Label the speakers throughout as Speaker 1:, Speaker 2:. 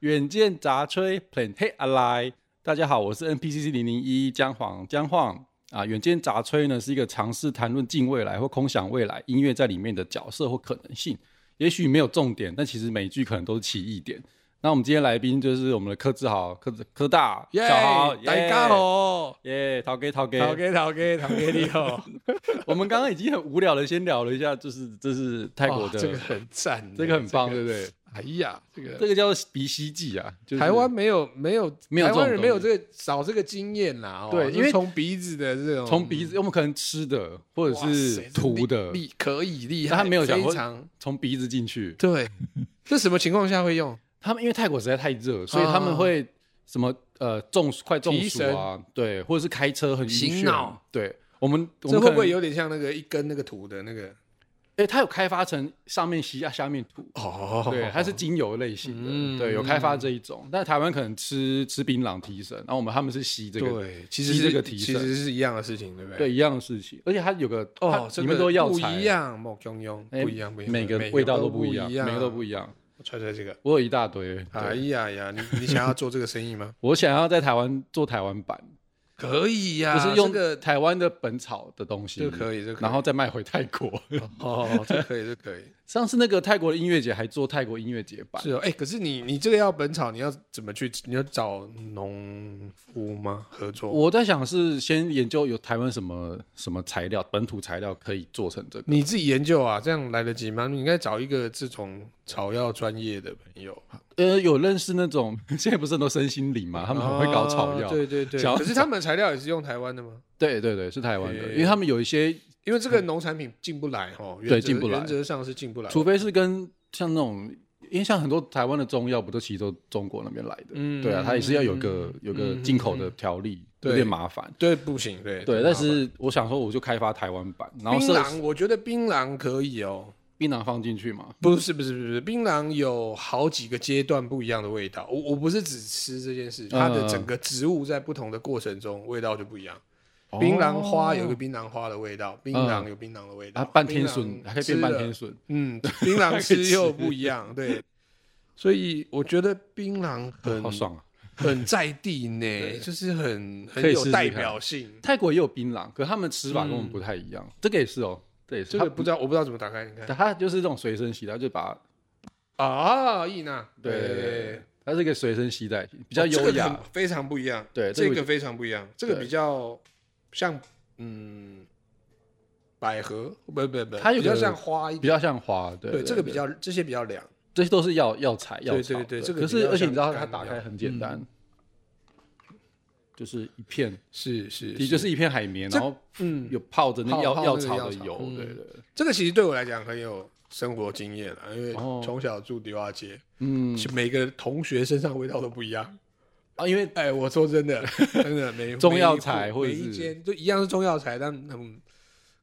Speaker 1: 远见杂吹 Plan Hey Ally。大家好，我是 NPCC 零零一姜晃姜晃啊。远见杂吹呢是一个尝试谈论近未来或空想未来音乐在里面的角色或可能性，也许没有重点，但其实每一句可能都是奇异点。那我们今天来宾就是我们的柯志豪、柯志柯大、
Speaker 2: 耶
Speaker 1: 小豪，
Speaker 2: 大家
Speaker 1: 耶，
Speaker 2: 好，
Speaker 1: 耶，陶给陶给
Speaker 2: 陶给陶给陶给你哦好，
Speaker 1: 我们刚刚已经很无聊的先聊了一下，就是这是泰国
Speaker 2: 哇
Speaker 1: 的，
Speaker 2: 这个很赞，
Speaker 1: 这个很棒，
Speaker 2: 这
Speaker 1: 对
Speaker 2: 个
Speaker 1: 不对？
Speaker 2: 哎呀，这个
Speaker 1: 这个叫鼻息剂啊，就是
Speaker 2: 台湾没有没有
Speaker 1: 没有
Speaker 2: 台
Speaker 1: 这种
Speaker 2: 湾人没有
Speaker 1: 东
Speaker 2: 这个少这个经验啦，哦
Speaker 1: 对
Speaker 2: 就是
Speaker 1: 因为
Speaker 2: 从鼻子的这种
Speaker 1: 从鼻子，我们可能吃的或者
Speaker 2: 哦哇塞
Speaker 1: 是
Speaker 2: 这
Speaker 1: 涂
Speaker 2: 厉
Speaker 1: 的，
Speaker 2: 厉可以厉害，
Speaker 1: 但他没有想
Speaker 2: 非
Speaker 1: 过
Speaker 2: 常
Speaker 1: 从鼻子进去。
Speaker 2: 对，这什么情况下会用？
Speaker 1: 他们因为泰国实在太热，所以他们会什么呃中暑快中
Speaker 2: 啊提
Speaker 1: 暑啊，对，或者是开车很
Speaker 2: 醒
Speaker 1: 晕眩
Speaker 2: 脑。
Speaker 1: 对我们我
Speaker 2: 这
Speaker 1: 们
Speaker 2: 会
Speaker 1: 可
Speaker 2: 不会
Speaker 1: 能
Speaker 2: 有点像那个一根那个土的那个？
Speaker 1: 哎，它有开发成上面吸啊下面吐，
Speaker 2: 哦
Speaker 1: 对，它是精油类型
Speaker 2: 嗯
Speaker 1: 的，对，有开发这一种。但台湾可能吃吃槟榔提神，然后我们他们是吸这个，
Speaker 2: 对，其实
Speaker 1: 吸
Speaker 2: 是
Speaker 1: 这个提
Speaker 2: 其
Speaker 1: 神
Speaker 2: 实是一样的事情，对不对？
Speaker 1: 对，一样的事情。而且它有个
Speaker 2: 哦，
Speaker 1: 它
Speaker 2: 真
Speaker 1: 里
Speaker 2: 的
Speaker 1: 面都是药
Speaker 2: 不
Speaker 1: 材
Speaker 2: 一，样，莫共用
Speaker 1: 哎
Speaker 2: 不一样，不一样，
Speaker 1: 每个味道都不一样，每个都不
Speaker 2: 一样。
Speaker 1: 一样。
Speaker 2: 我揣揣这个，
Speaker 1: 我有一大堆，
Speaker 2: 哎
Speaker 1: 对？
Speaker 2: 呀呀，你你想要做这个生意吗
Speaker 1: 我想要在台湾做台湾版，
Speaker 2: 可以呀，
Speaker 1: 就是
Speaker 2: 啊这
Speaker 1: 用
Speaker 2: 个
Speaker 1: 台湾的本草的东西
Speaker 2: 这，个可以，这个可以
Speaker 1: 然后再卖回泰国。
Speaker 2: 哦，这个可以，这个可以。
Speaker 1: 上次那个泰国的音乐节还做泰国音乐节版，
Speaker 2: 是哦，哎，可是你你这个要本草，你要怎么去？你要找农夫吗？合作？
Speaker 1: 我在想是先研究有台湾什么什么材料，本土材料可以做成这个。
Speaker 2: 你自己研究啊，这样来得及吗？你应该找一个这种草药专业的朋友，
Speaker 1: 呃，有认识那种 现在不是很多身心灵嘛，他们很会搞草药。
Speaker 2: 哦对对对。
Speaker 1: 想要
Speaker 2: 可是他们的材料也是用台湾的吗？
Speaker 1: 对对对，是台湾的，
Speaker 2: 诶
Speaker 1: 因为他们有一些，
Speaker 2: 因为这个农产品进不来哦，原
Speaker 1: 嗯对
Speaker 2: 则
Speaker 1: 进不来
Speaker 2: 原则上是进不来。
Speaker 1: 除非是跟像那种，因为像很多台湾的中药不都其实都中国那边来的，
Speaker 2: 嗯
Speaker 1: 对啊，它也是要有个有个进口的条例，
Speaker 2: 对
Speaker 1: 有点麻烦。
Speaker 2: 嗯对，不行，对
Speaker 1: 对，
Speaker 2: 很
Speaker 1: 但
Speaker 2: 麻烦
Speaker 1: 是我想说，我就开发台湾版，然后
Speaker 2: 槟
Speaker 1: 设嗯
Speaker 2: 榔，我觉得槟榔可以哦。
Speaker 1: 槟榔放进去嘛。
Speaker 2: 不是不是不是，槟榔有好几个阶段不一样的味道。我我不是只吃这
Speaker 1: 嗯
Speaker 2: 件事，它的整个植物在不同的过程中味道就不一样。哦
Speaker 1: 哦
Speaker 2: 槟榔花有一个槟榔花的味道，槟榔有槟榔的味
Speaker 1: 嗯
Speaker 2: 道。
Speaker 1: 啊，半天笋
Speaker 2: 槟榔
Speaker 1: 还可以
Speaker 2: 吃
Speaker 1: 变
Speaker 2: 了
Speaker 1: 半天笋，
Speaker 2: 嗯，槟榔吃又不一 样，对。所以我觉得槟榔很
Speaker 1: 好爽啊！
Speaker 2: 很在地呢，就是很
Speaker 1: 可
Speaker 2: 很
Speaker 1: 以试
Speaker 2: 有
Speaker 1: 试
Speaker 2: 代
Speaker 1: 看
Speaker 2: 表性。
Speaker 1: 泰国也有槟榔，可他们吃法跟我们不太一样。这个也是哦，这也是。
Speaker 2: 嗯这个不知道我不知道怎么打开，你看
Speaker 1: 它它就是这种随身携带，就把
Speaker 2: 啊，易娜，
Speaker 1: 对对对对对，它是一个随身携带，比较
Speaker 2: 哦这
Speaker 1: 优
Speaker 2: 个
Speaker 1: 雅。
Speaker 2: 很非常不一样。
Speaker 1: 对这
Speaker 2: 这
Speaker 1: 个
Speaker 2: 个非常不一样，这个
Speaker 1: 对
Speaker 2: 比较像嗯百合，不不不，
Speaker 1: 它有
Speaker 2: 比较
Speaker 1: 个
Speaker 2: 像花一
Speaker 1: 比
Speaker 2: 点。
Speaker 1: 较像花，对
Speaker 2: 对，这个比较这些比较凉。
Speaker 1: 这些都是药药材药草，
Speaker 2: 对对对这个
Speaker 1: 可
Speaker 2: 比
Speaker 1: 是
Speaker 2: 较
Speaker 1: 而且你知道
Speaker 2: 像嗯
Speaker 1: 它
Speaker 2: 干
Speaker 1: 打开
Speaker 2: 药
Speaker 1: 很简单，就是一片，
Speaker 2: 是是
Speaker 1: 也就是一片海绵，
Speaker 2: 这
Speaker 1: 然后
Speaker 2: 嗯，
Speaker 1: 有泡着那
Speaker 2: 泡
Speaker 1: 药
Speaker 2: 泡那
Speaker 1: 药
Speaker 2: 个
Speaker 1: 草
Speaker 2: 药
Speaker 1: 的
Speaker 2: 草
Speaker 1: 油，
Speaker 2: 嗯
Speaker 1: 对对，对
Speaker 2: 这个其实对我来讲很有生活经验啊，因为
Speaker 1: 哦
Speaker 2: 从小住迪化街，
Speaker 1: 嗯
Speaker 2: 其实每个同学身上味道都不一样。
Speaker 1: 啊，因为
Speaker 2: 哎，我说 真的，真的每
Speaker 1: 中
Speaker 2: 每一
Speaker 1: 药
Speaker 2: 户
Speaker 1: 材或者
Speaker 2: 每一
Speaker 1: 是
Speaker 2: 间都一样是中药材，但他们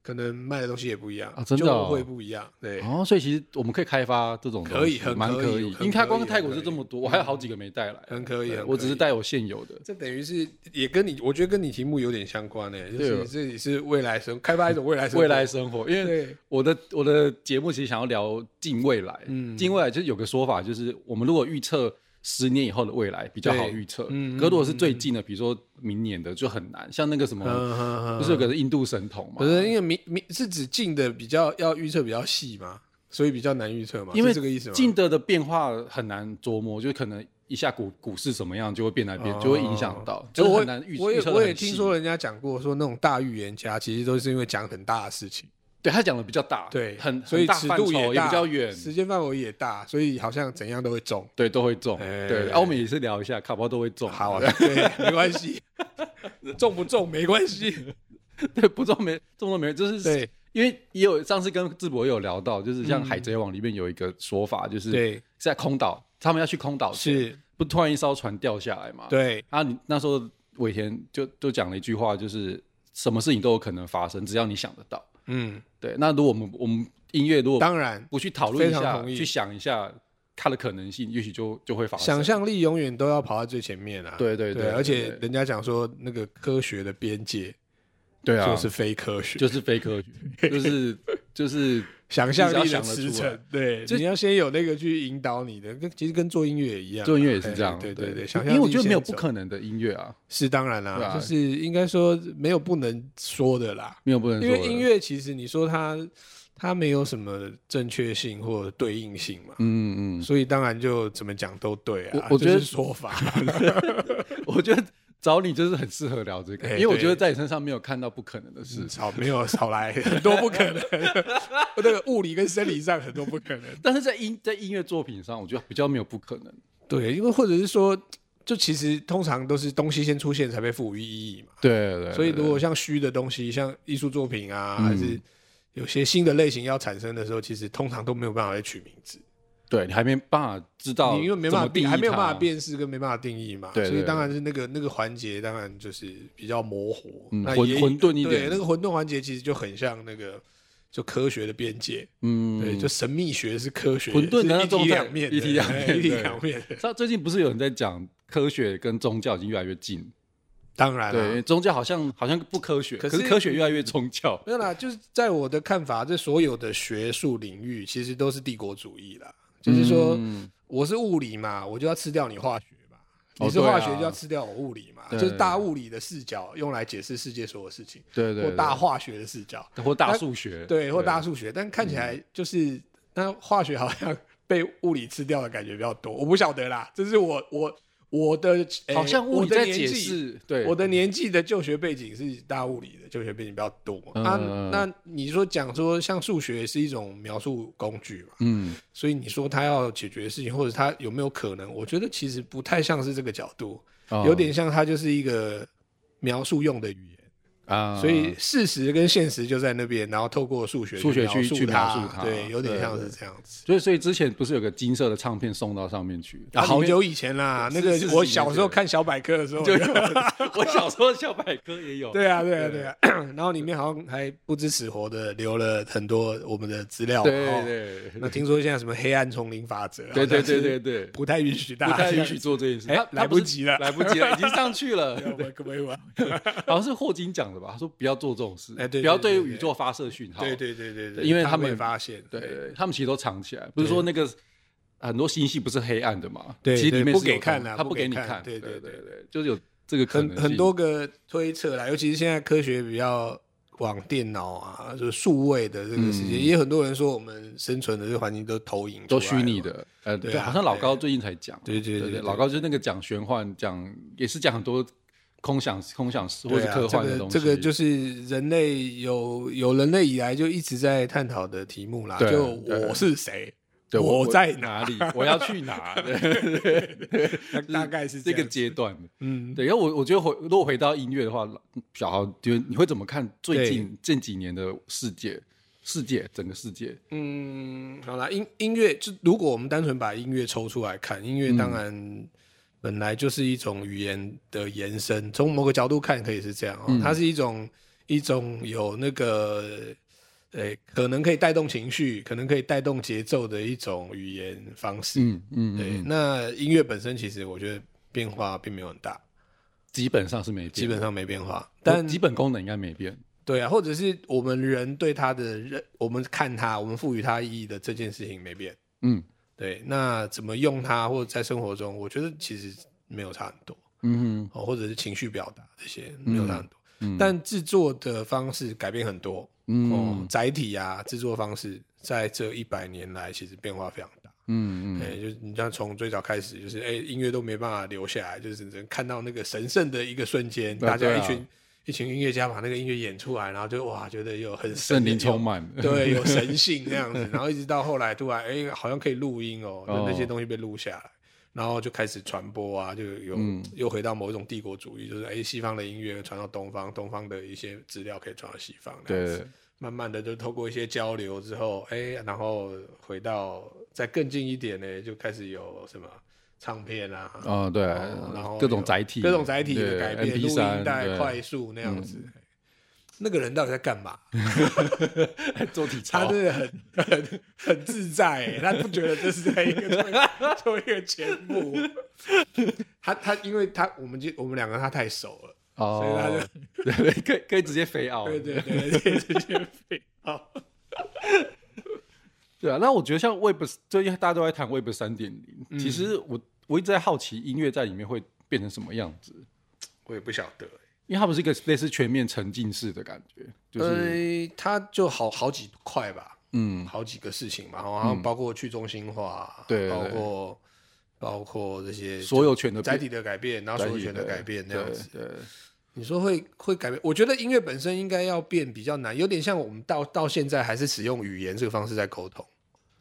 Speaker 2: 可能卖的东西也不一样
Speaker 1: 啊真的哦
Speaker 2: 就会不一样。对，
Speaker 1: 哦，所以其实我们可以开发这种
Speaker 2: 可
Speaker 1: 东
Speaker 2: 以
Speaker 1: 西
Speaker 2: 很
Speaker 1: 蛮
Speaker 2: 可以
Speaker 1: 以，
Speaker 2: 很
Speaker 1: 因为它
Speaker 2: 可以
Speaker 1: 光
Speaker 2: 很
Speaker 1: 泰国
Speaker 2: 可
Speaker 1: 就这
Speaker 2: 以
Speaker 1: 么多，我还有好几个没带来，
Speaker 2: 很可以，
Speaker 1: 对
Speaker 2: 很
Speaker 1: 哎我
Speaker 2: 可
Speaker 1: 只是
Speaker 2: 以哎
Speaker 1: 带我现有的，
Speaker 2: 这等于是也跟你，我觉得跟你题目有点相关诶、就
Speaker 1: 对哦
Speaker 2: 是这里是未来生，开发一种未来生活，
Speaker 1: 未来生活，因为
Speaker 2: 对，
Speaker 1: 我的我的节目其实想要聊近未来，
Speaker 2: 嗯
Speaker 1: 近未来就是有个说法，就是我们如果预测十年以后的未来比较好预测，
Speaker 2: 嗯嗯
Speaker 1: 可如果是最近的，比如说明年的就很难，像那个什么，
Speaker 2: 嗯
Speaker 1: 不是有个啊印度神童嘛
Speaker 2: 不？是因为明明是指近的比较要预测比较细嘛，所以比较难预测嘛，
Speaker 1: 因为
Speaker 2: 是这个意思吗？
Speaker 1: 近的的变化很难琢磨，就可能一下股股市怎么样就会变来变，
Speaker 2: 哦
Speaker 1: 就会影响到，
Speaker 2: 就
Speaker 1: 就
Speaker 2: 我
Speaker 1: 很难预
Speaker 2: 我也
Speaker 1: 预测得
Speaker 2: 我也
Speaker 1: 很细
Speaker 2: 听说人家讲过，说那种大预言家其实都是因为讲很大的事情，
Speaker 1: 对他讲的比较大，
Speaker 2: 对，
Speaker 1: 很
Speaker 2: 所以
Speaker 1: 很大
Speaker 2: 尺
Speaker 1: 范
Speaker 2: 度
Speaker 1: 畴也
Speaker 2: 大，
Speaker 1: 比较远，
Speaker 2: 时间范围也大，所以好像怎样都会 中。
Speaker 1: 对，都会中，
Speaker 2: 哎
Speaker 1: 对，啊，我们也是聊一下，卡包都会中，
Speaker 2: 好啊，对，没关系，中不中没关系，
Speaker 1: 对，不中没中都没，就是
Speaker 2: 对
Speaker 1: 因为也有上次跟智博也有聊到，就是像《海贼王》里面有一个说法，就是是
Speaker 2: 对
Speaker 1: 在空岛，他们要去空岛前，
Speaker 2: 是，
Speaker 1: 不突然一艘船掉下来嘛？
Speaker 2: 对。
Speaker 1: 啊，你那时候尾田就就讲了一句话，就是什么事情都有可能发生，只要你想得到。
Speaker 2: 嗯，
Speaker 1: 对，那如果我们我们音乐如果
Speaker 2: 当然，
Speaker 1: 不去讨论一
Speaker 2: 非常
Speaker 1: 下，
Speaker 2: 同意
Speaker 1: 去想一下它的可能性，也许就就会发生。
Speaker 2: 想象力永远都要跑到最前面啊。
Speaker 1: 对对
Speaker 2: 对
Speaker 1: 对
Speaker 2: 而
Speaker 1: 对
Speaker 2: 且
Speaker 1: 对
Speaker 2: 人家讲说那个科学的边界
Speaker 1: 对啊，
Speaker 2: 就是非科学，
Speaker 1: 就是非科学，就是就是
Speaker 2: 想象力的
Speaker 1: 你只要想得
Speaker 2: 驰
Speaker 1: 出来
Speaker 2: 骋，对，
Speaker 1: 就
Speaker 2: 你要先有那个去引导你的，跟其实跟做音乐也一样啊，
Speaker 1: 做音乐也是这
Speaker 2: 哎
Speaker 1: 样，
Speaker 2: 对
Speaker 1: 对
Speaker 2: 对对，想
Speaker 1: 因
Speaker 2: 象
Speaker 1: 为我
Speaker 2: 力
Speaker 1: 觉得没有
Speaker 2: 先
Speaker 1: 不
Speaker 2: 走
Speaker 1: 可能的音乐啊，
Speaker 2: 是当然啦、
Speaker 1: 对啊
Speaker 2: 就是应该说没有不能说的啦，
Speaker 1: 没有不能
Speaker 2: 因
Speaker 1: 说的
Speaker 2: 为音，乐其实你说它它没有什么正确性或对应性嘛，
Speaker 1: 嗯嗯
Speaker 2: 所以当然就怎么讲都对
Speaker 1: 我
Speaker 2: 啊，
Speaker 1: 我觉得
Speaker 2: 就是说法
Speaker 1: 嗯，我觉得找你就是很适合聊这个，
Speaker 2: 哎
Speaker 1: 因为我
Speaker 2: 对
Speaker 1: 觉得在你身上没有看到不可能的事，
Speaker 2: 少没有少来很多不可 能，那个物理跟生理上很多不可能，
Speaker 1: 但是在音在音乐作品上，我觉得比较没有不可能，
Speaker 2: 对，因为或者是说。就其实通常都是东西先出现才被赋予意义嘛，
Speaker 1: 对对嗯
Speaker 2: 所以如果像虚的东西，像艺术作品啊，还是有些新的类型要产生的时候，其实通常都没有办法再取名字。
Speaker 1: 对你还没办法知道，
Speaker 2: 你因为没办法
Speaker 1: 定，
Speaker 2: 还没有办法，辨识跟没办法定义嘛，
Speaker 1: 对对
Speaker 2: 所以当然是那个那个环节当然就是比较模糊，
Speaker 1: 嗯
Speaker 2: 那
Speaker 1: 混
Speaker 2: 也
Speaker 1: 混沌一点
Speaker 2: 对，那个混沌环节其实就很像那个就科学的边界，
Speaker 1: 嗯，
Speaker 2: 对，就神秘学是科学，
Speaker 1: 混沌
Speaker 2: 是
Speaker 1: 的那
Speaker 2: 一
Speaker 1: 状
Speaker 2: 体
Speaker 1: 态
Speaker 2: 两面的，
Speaker 1: 一体两面
Speaker 2: 哎一体
Speaker 1: 对
Speaker 2: 两面的。
Speaker 1: 他最近不是有人在讲科学跟宗教已经越来越近，
Speaker 2: 当然啊
Speaker 1: 对，因
Speaker 2: 了
Speaker 1: 为，宗教好像好像不科学，
Speaker 2: 可
Speaker 1: 可
Speaker 2: 是
Speaker 1: 是科学越来越宗 教，
Speaker 2: 没有啦，就是在我的看法，这所有的学术领域其实都是帝国主义啦，就是说
Speaker 1: 嗯
Speaker 2: 我是物理嘛，我就要吃掉你化学嘛。
Speaker 1: 哦
Speaker 2: 你是化学
Speaker 1: 对啊
Speaker 2: 就要吃掉我物理嘛，
Speaker 1: 对
Speaker 2: 就是大物理的视角用来解释世界所有事情。
Speaker 1: 对对
Speaker 2: 或
Speaker 1: 对
Speaker 2: 大化学的视角，
Speaker 1: 或大数学，
Speaker 2: 对，或大数学，但看
Speaker 1: 嗯
Speaker 2: 起来就是那化学好像被物理吃掉的感觉比较多，我不晓得啦，这是我我我的、诶
Speaker 1: 好像物
Speaker 2: 我
Speaker 1: 理
Speaker 2: 的
Speaker 1: 哎在
Speaker 2: 年
Speaker 1: 解
Speaker 2: 纪
Speaker 1: 释，对，
Speaker 2: 我的年纪的就学背景是大物理的，就学背景比较多、
Speaker 1: 嗯
Speaker 2: 啊。那你说讲说像数学是一种描述工具嘛，
Speaker 1: 嗯，
Speaker 2: 所以你说它要解决的事情，或者它有没有可能？我觉得其实不太像是这个角度，
Speaker 1: 哦
Speaker 2: 有点像它就是一个描述用的语言。
Speaker 1: 啊，
Speaker 2: 所以事实跟现实就在那边，然后透过数学
Speaker 1: 数学
Speaker 2: 去
Speaker 1: 去去
Speaker 2: 描
Speaker 1: 描述
Speaker 2: 它，
Speaker 1: 它
Speaker 2: 对，有点
Speaker 1: 对
Speaker 2: 像
Speaker 1: 对
Speaker 2: 是这样子。
Speaker 1: 所以所以之前不是有个金色的唱片送到上面去，
Speaker 2: 啊，好
Speaker 1: 里面
Speaker 2: 久以前啦，那
Speaker 1: 是
Speaker 2: 个
Speaker 1: 是是
Speaker 2: 我
Speaker 1: 是
Speaker 2: 小时候
Speaker 1: 对
Speaker 2: 看小百科的时候，
Speaker 1: 就有， 我小时候小百科也有，
Speaker 2: 对啊，对啊，对 啊。然后里面好像还不知死活的留了很多我们的资料嘛。
Speaker 1: 对
Speaker 2: 哦。
Speaker 1: 对
Speaker 2: 那听说现在什么黑暗丛林法则，啊
Speaker 1: 对对对对，对，
Speaker 2: 不太允许大
Speaker 1: 不
Speaker 2: 家
Speaker 1: 太
Speaker 2: 去
Speaker 1: 允许。做这件事，
Speaker 2: 哎
Speaker 1: 他他
Speaker 2: 来不
Speaker 1: 是
Speaker 2: 及了
Speaker 1: 来不及了，已经上去 了。
Speaker 2: 要不可不可以玩？
Speaker 1: 好像是霍金讲的吧？他说不要做这种事，
Speaker 2: 哎对对
Speaker 1: 不要对
Speaker 2: 对对
Speaker 1: 宇宙发射讯号。
Speaker 2: 对对对对对，
Speaker 1: 因为
Speaker 2: 他
Speaker 1: 他们
Speaker 2: 会发现，
Speaker 1: 对对他们其实都藏起来，不是说那个很多星系不是黑暗的嘛？
Speaker 2: 对
Speaker 1: 其实
Speaker 2: 对
Speaker 1: 里面
Speaker 2: 不
Speaker 1: 是
Speaker 2: 给
Speaker 1: 有
Speaker 2: 看
Speaker 1: 光
Speaker 2: 啊
Speaker 1: 他
Speaker 2: 不
Speaker 1: 不
Speaker 2: 给
Speaker 1: 给你
Speaker 2: 看
Speaker 1: 看。
Speaker 2: 对对
Speaker 1: 对
Speaker 2: 对
Speaker 1: 对，就是有这个可能
Speaker 2: 很
Speaker 1: 性
Speaker 2: 很多个推测啦，尤其是现在科学比较往电脑啊，就是数位的这个世界，也有很多人说我们生存的这个环境都投影
Speaker 1: 嗯都虚拟
Speaker 2: 的，
Speaker 1: 的。呃，
Speaker 2: 对啊
Speaker 1: 对，好像老高最近才讲。
Speaker 2: 对对
Speaker 1: 对
Speaker 2: 对
Speaker 1: 对，
Speaker 2: 对，
Speaker 1: 老高就是那个讲玄幻，讲也是讲很多空想、空想诗或
Speaker 2: 对
Speaker 1: 是
Speaker 2: 啊
Speaker 1: 科幻的东西。
Speaker 2: 这个这个就是人类有有人类以来就一直在探讨的题目啦，
Speaker 1: 对
Speaker 2: 就
Speaker 1: 对
Speaker 2: 我是谁，
Speaker 1: 对
Speaker 2: 我在哪
Speaker 1: 哪里，我要去 哪？对
Speaker 2: 大大概是
Speaker 1: 这
Speaker 2: 样
Speaker 1: 个
Speaker 2: 子
Speaker 1: 阶段。
Speaker 2: 嗯。
Speaker 1: 对，然后我我觉得回如果回到音乐的话，小豪觉得你会怎么看最
Speaker 2: 对
Speaker 1: 近近几年的世界？世界整个世界，
Speaker 2: 嗯，好啦，音音乐就如果我们单纯把音乐抽出来看，音
Speaker 1: 嗯
Speaker 2: 乐当然本来就是一种语言的延伸，从某个角度看可以是这样哦，
Speaker 1: 嗯
Speaker 2: 它是一种一种有那个呃、可能可以带动情绪，可能可以带动节奏的一种语言方式。
Speaker 1: 嗯嗯，
Speaker 2: 对，
Speaker 1: 嗯，
Speaker 2: 那音乐本身其实我觉得变化并没有很大，
Speaker 1: 基本上是没变，
Speaker 2: 基本上没变化，但
Speaker 1: 但哦基本功能应该没变。
Speaker 2: 对啊，或者是我们人对它的认，我们看它，我们赋予它意义的这件事情没变。
Speaker 1: 嗯
Speaker 2: 对，那怎么用它，或者在生活中，我觉得其实没有差很多，
Speaker 1: 嗯
Speaker 2: 哦，或者是情绪表达这些没有差很多，
Speaker 1: 嗯
Speaker 2: 但制作的方式改变很多，
Speaker 1: 嗯
Speaker 2: 哦
Speaker 1: 嗯，
Speaker 2: 载体啊，制作方式在这一百年来其实变化非常大，
Speaker 1: 嗯
Speaker 2: 哎、
Speaker 1: 嗯，
Speaker 2: 就是你像从最早开始，就是哎、音乐都没办法留下来，就是只能看到那个神圣的一个瞬间，
Speaker 1: 对
Speaker 2: 大家
Speaker 1: 对啊
Speaker 2: 一群、一群音乐家把那个音乐演出来，然后就哇，觉得有很
Speaker 1: 圣
Speaker 2: 神
Speaker 1: 灵
Speaker 2: 的有
Speaker 1: 充满，
Speaker 2: 对，有神 性这样子，然后一直到后来突然哎、好像可以录音哦，就
Speaker 1: 哦
Speaker 2: 那些东西被录下来，然后就开始传播啊，就有、
Speaker 1: 嗯
Speaker 2: 又回到某一种帝国主义，就是哎、西方的音乐传到东方，东方的一些资料可以传到西方，这样子，
Speaker 1: 对，
Speaker 2: 慢慢的就透过一些交流之后，哎、然后回到再更近一点呢，就开始有什么唱片啊，
Speaker 1: 哦对
Speaker 2: 哦然后，
Speaker 1: 各种
Speaker 2: 有
Speaker 1: 载体，
Speaker 2: 各种载体的
Speaker 1: 对
Speaker 2: 改变，录
Speaker 1: ，MP
Speaker 2: 音
Speaker 1: 三
Speaker 2: 带、
Speaker 1: 对嗯
Speaker 2: 快速那样子。那个人到底在干
Speaker 1: 哦
Speaker 2: 嘛？
Speaker 1: 做体
Speaker 2: 他
Speaker 1: 操，
Speaker 2: 真的很 很很自在欸，他不觉得这是在一个做一个节目。 他他因为他我们就我们两个他太熟了， 所以他
Speaker 1: 哦
Speaker 2: 就，
Speaker 1: 对，可以可以直接飞奥，
Speaker 2: 哦对对对，直接飞。好，
Speaker 1: 对啊，那我觉得像 Web，最近大家都在谈 Web 三点
Speaker 2: 嗯
Speaker 1: 零，其实我我一直在好奇音乐在里面会变成什么样子，
Speaker 2: 我也不晓得、
Speaker 1: 因为它不是一个类似全面沉浸式的感觉，就是
Speaker 2: 呃，它就好好几块吧，
Speaker 1: 嗯，
Speaker 2: 好几个事情嘛，好像包括去中心化，
Speaker 1: 对对
Speaker 2: 包
Speaker 1: 对
Speaker 2: 括包括这些
Speaker 1: 所有权的
Speaker 2: 载体的改变，然后所有权的改变那
Speaker 1: 对
Speaker 2: 样子。
Speaker 1: 对，
Speaker 2: 你说会会改变？我觉得音乐本身应该要变比较难，有点像我们到到现在还是使用语言这个方式在沟通，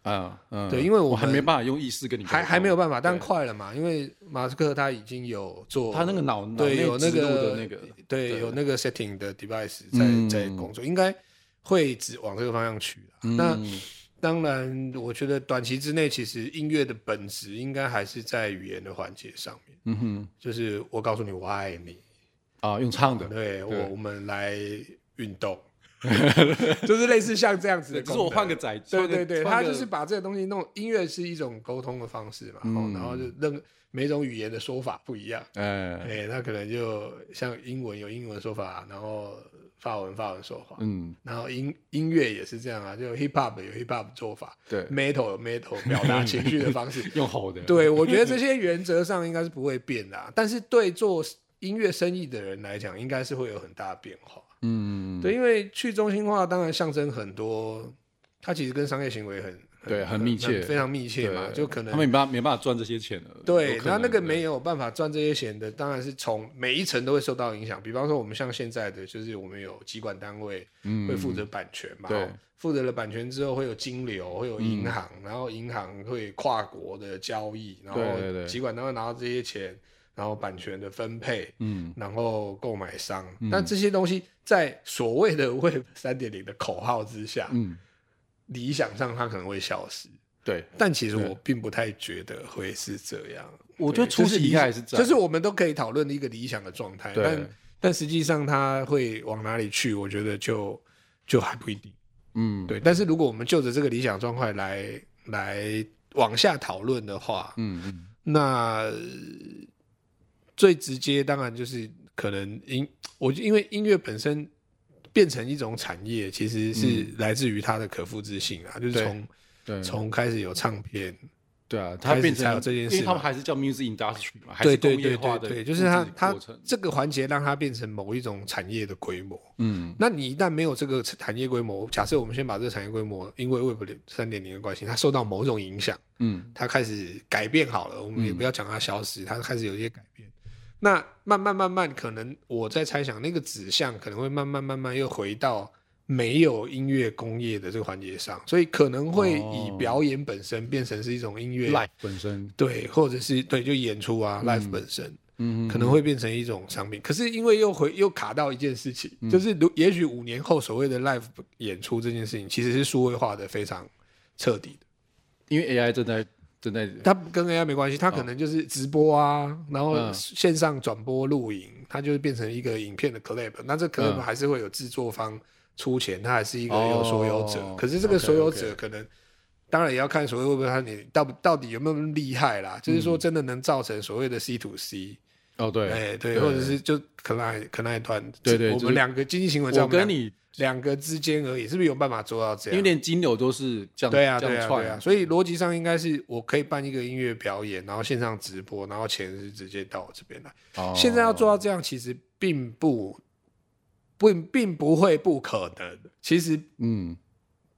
Speaker 1: 啊，嗯，
Speaker 2: 对因为我
Speaker 1: 我还
Speaker 2: 们
Speaker 1: 没办法用意识跟你沟通，
Speaker 2: 还还没有办法，但
Speaker 1: 对
Speaker 2: 快了嘛，因为马斯克他已经有做
Speaker 1: 他那个脑脑
Speaker 2: 对
Speaker 1: 内
Speaker 2: 有那
Speaker 1: 植入
Speaker 2: 个
Speaker 1: 的那个，
Speaker 2: 对
Speaker 1: 对
Speaker 2: 有那个 setting 的 device
Speaker 1: 嗯
Speaker 2: 在在工作，应该会只往这个方向去啦那
Speaker 1: 嗯
Speaker 2: 当然，我觉得短期之内，其实音乐的本质应该还是在语言的环节上面，
Speaker 1: 嗯哼
Speaker 2: 就是我告诉你我爱你，
Speaker 1: 啊，用唱的，
Speaker 2: 对
Speaker 1: 对
Speaker 2: 我我们来运 动，就是类似像这样子的
Speaker 1: 对，只
Speaker 2: 功能。
Speaker 1: 是我换个载，
Speaker 2: 对
Speaker 1: 换个
Speaker 2: 对对，
Speaker 1: 换
Speaker 2: 他
Speaker 1: 个
Speaker 2: 就是把这个东西弄，音乐是一种沟通的方式嘛，
Speaker 1: 嗯
Speaker 2: 哦然后就任每种语言的说法不一样，
Speaker 1: 哎，
Speaker 2: 哎、那可能就像英文有英文说法，然后法文法文说法，
Speaker 1: 嗯，
Speaker 2: 然后音音乐也是这样啊，就 hip hop 有 hip hop 做法
Speaker 1: 对，，
Speaker 2: ，metal 有 metal 表达情绪的方式
Speaker 1: 用吼的，
Speaker 2: 对我觉得这些原则上应该是不会变的、啊，但是对做音乐生意的人来讲，应该是会有很大的变化。
Speaker 1: 嗯，
Speaker 2: 对，因为去中心化当然象征很多，它其实跟商业行为很
Speaker 1: 对很密切
Speaker 2: 非常密切嘛，
Speaker 1: 对
Speaker 2: 就可
Speaker 1: 他们没
Speaker 2: 能
Speaker 1: 办法没办法赚这些钱了，
Speaker 2: 对
Speaker 1: 有，可
Speaker 2: 那
Speaker 1: 能
Speaker 2: 那个
Speaker 1: 的
Speaker 2: 没有办法赚这些钱的，当然是从每一层都会受到影响。比方说我们像现在的，就是我们有机管单位
Speaker 1: 嗯
Speaker 2: 会负责版权嘛，哦
Speaker 1: 对嗯
Speaker 2: 负责了版权之后会有金流，会有银行，然后银行会跨国的交易，然
Speaker 1: 对对
Speaker 2: 后
Speaker 1: 对
Speaker 2: 机管单位拿到这些钱，然后版权的分配，
Speaker 1: 嗯
Speaker 2: 然后购买商，但这些东西在所谓的 Web 三点零的口号之下，
Speaker 1: 嗯，
Speaker 2: 理想上它可能会消失，
Speaker 1: 对，
Speaker 2: 但其实
Speaker 1: 对
Speaker 2: 我并不太觉得会是这样。
Speaker 1: 我觉得
Speaker 2: 对
Speaker 1: 初
Speaker 2: 就是
Speaker 1: 期
Speaker 2: 理
Speaker 1: 应该还是这
Speaker 2: 就
Speaker 1: 样，
Speaker 2: 是我们都可以讨论的一个理想的状态，
Speaker 1: 对
Speaker 2: 但但实际上它会往哪里去，我觉得就就还不一定。
Speaker 1: 嗯
Speaker 2: 对，但是如果我们就着这个理想状态来来往下讨论的话，
Speaker 1: 嗯嗯
Speaker 2: 那呃最直接当然就是可能音，我因为音乐本身变成一种产业，其实是来自于它的可复制性啊，就
Speaker 1: 嗯对
Speaker 2: 是从
Speaker 1: 对
Speaker 2: 从开始有唱片，
Speaker 1: 对啊，
Speaker 2: 开
Speaker 1: 它
Speaker 2: 始
Speaker 1: 变
Speaker 2: 才
Speaker 1: 成
Speaker 2: 有这件
Speaker 1: 因
Speaker 2: 事
Speaker 1: 为他
Speaker 2: 嘛
Speaker 1: 们还是叫 music industry 嘛，还
Speaker 2: 对
Speaker 1: 是
Speaker 2: 对
Speaker 1: 工业
Speaker 2: 对
Speaker 1: 化
Speaker 2: 对
Speaker 1: 的
Speaker 2: 对，就是它
Speaker 1: 复制
Speaker 2: 它
Speaker 1: 过程
Speaker 2: 这个环节让它变成某一种产业的规模。
Speaker 1: 嗯
Speaker 2: 那你一旦没有这个产业规模，假设我们先把这个产业规模，因为 Web 三点零的关系，它受到某种影响。
Speaker 1: 嗯
Speaker 2: 它开始改变好了，我们也不要讲它消失，它开始有一些改
Speaker 1: 嗯
Speaker 2: 变。那慢慢慢慢，可能我在猜想，那个指向可能会慢慢慢慢又回到没有音乐工业的这个环节上，所以可能会以
Speaker 1: 哦
Speaker 2: 表演本身变成是一种音乐
Speaker 1: ，life 本身
Speaker 2: 对，或者是对就演出啊、l i f e 本身
Speaker 1: 嗯
Speaker 2: 可能会变成一种商品。可是因为又回又卡到一件事情，
Speaker 1: 嗯
Speaker 2: 就是如也许五年后所谓的 l i f e 演出这件事情，其实是数位化的非常彻底的。
Speaker 1: 因为 AI 正在正在
Speaker 2: 它跟 AI 没关系，它可能就是直播啊，然后
Speaker 1: 哦嗯
Speaker 2: 线上转播录影，它就是变成一个影片的 clip。那这 clip
Speaker 1: 嗯
Speaker 2: 还是会有制作方出钱，它还是一个
Speaker 1: 哦
Speaker 2: 有所有者。可是这个
Speaker 1: OK，OK
Speaker 2: 所有者可能当然也要看所谓会不会他你到到底有没有厉害啦，就是
Speaker 1: 嗯
Speaker 2: 说真的能造成所谓的 C to C，
Speaker 1: 哦对
Speaker 2: 哎对，或者是就可那可那一段，
Speaker 1: 对对
Speaker 2: 我
Speaker 1: 就
Speaker 2: 们
Speaker 1: 是
Speaker 2: 两个经济行为在
Speaker 1: 我
Speaker 2: 们
Speaker 1: 跟
Speaker 2: 两
Speaker 1: 你，
Speaker 2: 两个之间而已，是不是有办法做到这
Speaker 1: 因
Speaker 2: 样？
Speaker 1: 为连金流都是这样
Speaker 2: 对啊，
Speaker 1: 这
Speaker 2: 对
Speaker 1: 样
Speaker 2: 啊，
Speaker 1: 串
Speaker 2: 对啊，所
Speaker 1: 以
Speaker 2: 以逻辑上应该是我可以办一个音乐表演，然后线上直播，然后钱是直接到我这边来。
Speaker 1: 哦
Speaker 2: 现在要做到这样，其实并不不并不会不可能，其实
Speaker 1: 嗯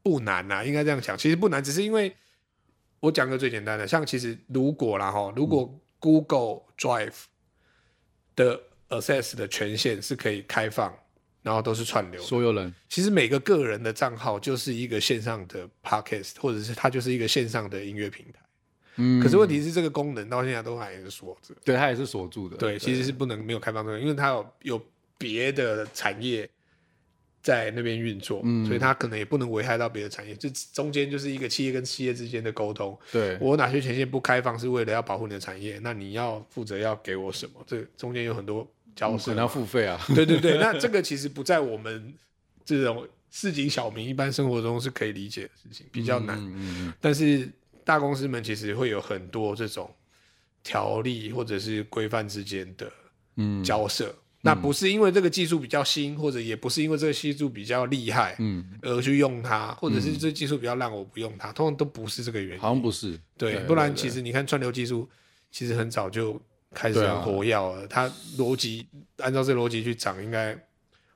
Speaker 2: 不难呐、应该这样讲，其实不难，只是因为我讲个最简单的，像其实如果啦哈，如果 Google Drive 的 access 的权限是可以开放，然后都是串流的
Speaker 1: 所有人
Speaker 2: 其实每个个人的账号就是一个线上的 podcast，或者是它就是一个线上的音乐平台。
Speaker 1: 嗯
Speaker 2: 可是问题是，这个功能到现在都还是锁着。
Speaker 1: 对他也是锁住的
Speaker 2: 对，其实是不能没有开放这个，因为它有有别的产业在那边运作，
Speaker 1: 嗯
Speaker 2: 所以它可能也不能危害到别的产业。这中间就是一个企业跟企业之间的沟通。
Speaker 1: 对
Speaker 2: 我哪些权限不开放是为了要保护你的产业？那你要负责要给我什么？这中间有很多交
Speaker 1: 我
Speaker 2: 涉
Speaker 1: 可
Speaker 2: 嘛。
Speaker 1: 能要付费啊
Speaker 2: 对对对，那这个其实不在我们这种市井小民一般生活中是可以理解的事情，比较难。
Speaker 1: 嗯嗯嗯
Speaker 2: 但是大公司们其实会有很多这种条例或者是规范之间的
Speaker 1: 嗯
Speaker 2: 交涉，那不是因为这个技术比较新，或者也不是因为这个技术比较厉害，
Speaker 1: 嗯，
Speaker 2: 而去用它，或者是这技术比较烂，我不用它，通常都不是这个原因。
Speaker 1: 好像不是，
Speaker 2: 对，不然其实你看串流技术，其实很早就开始
Speaker 1: 对啊
Speaker 2: 很活跃了。它逻辑按照这逻辑去涨，应该。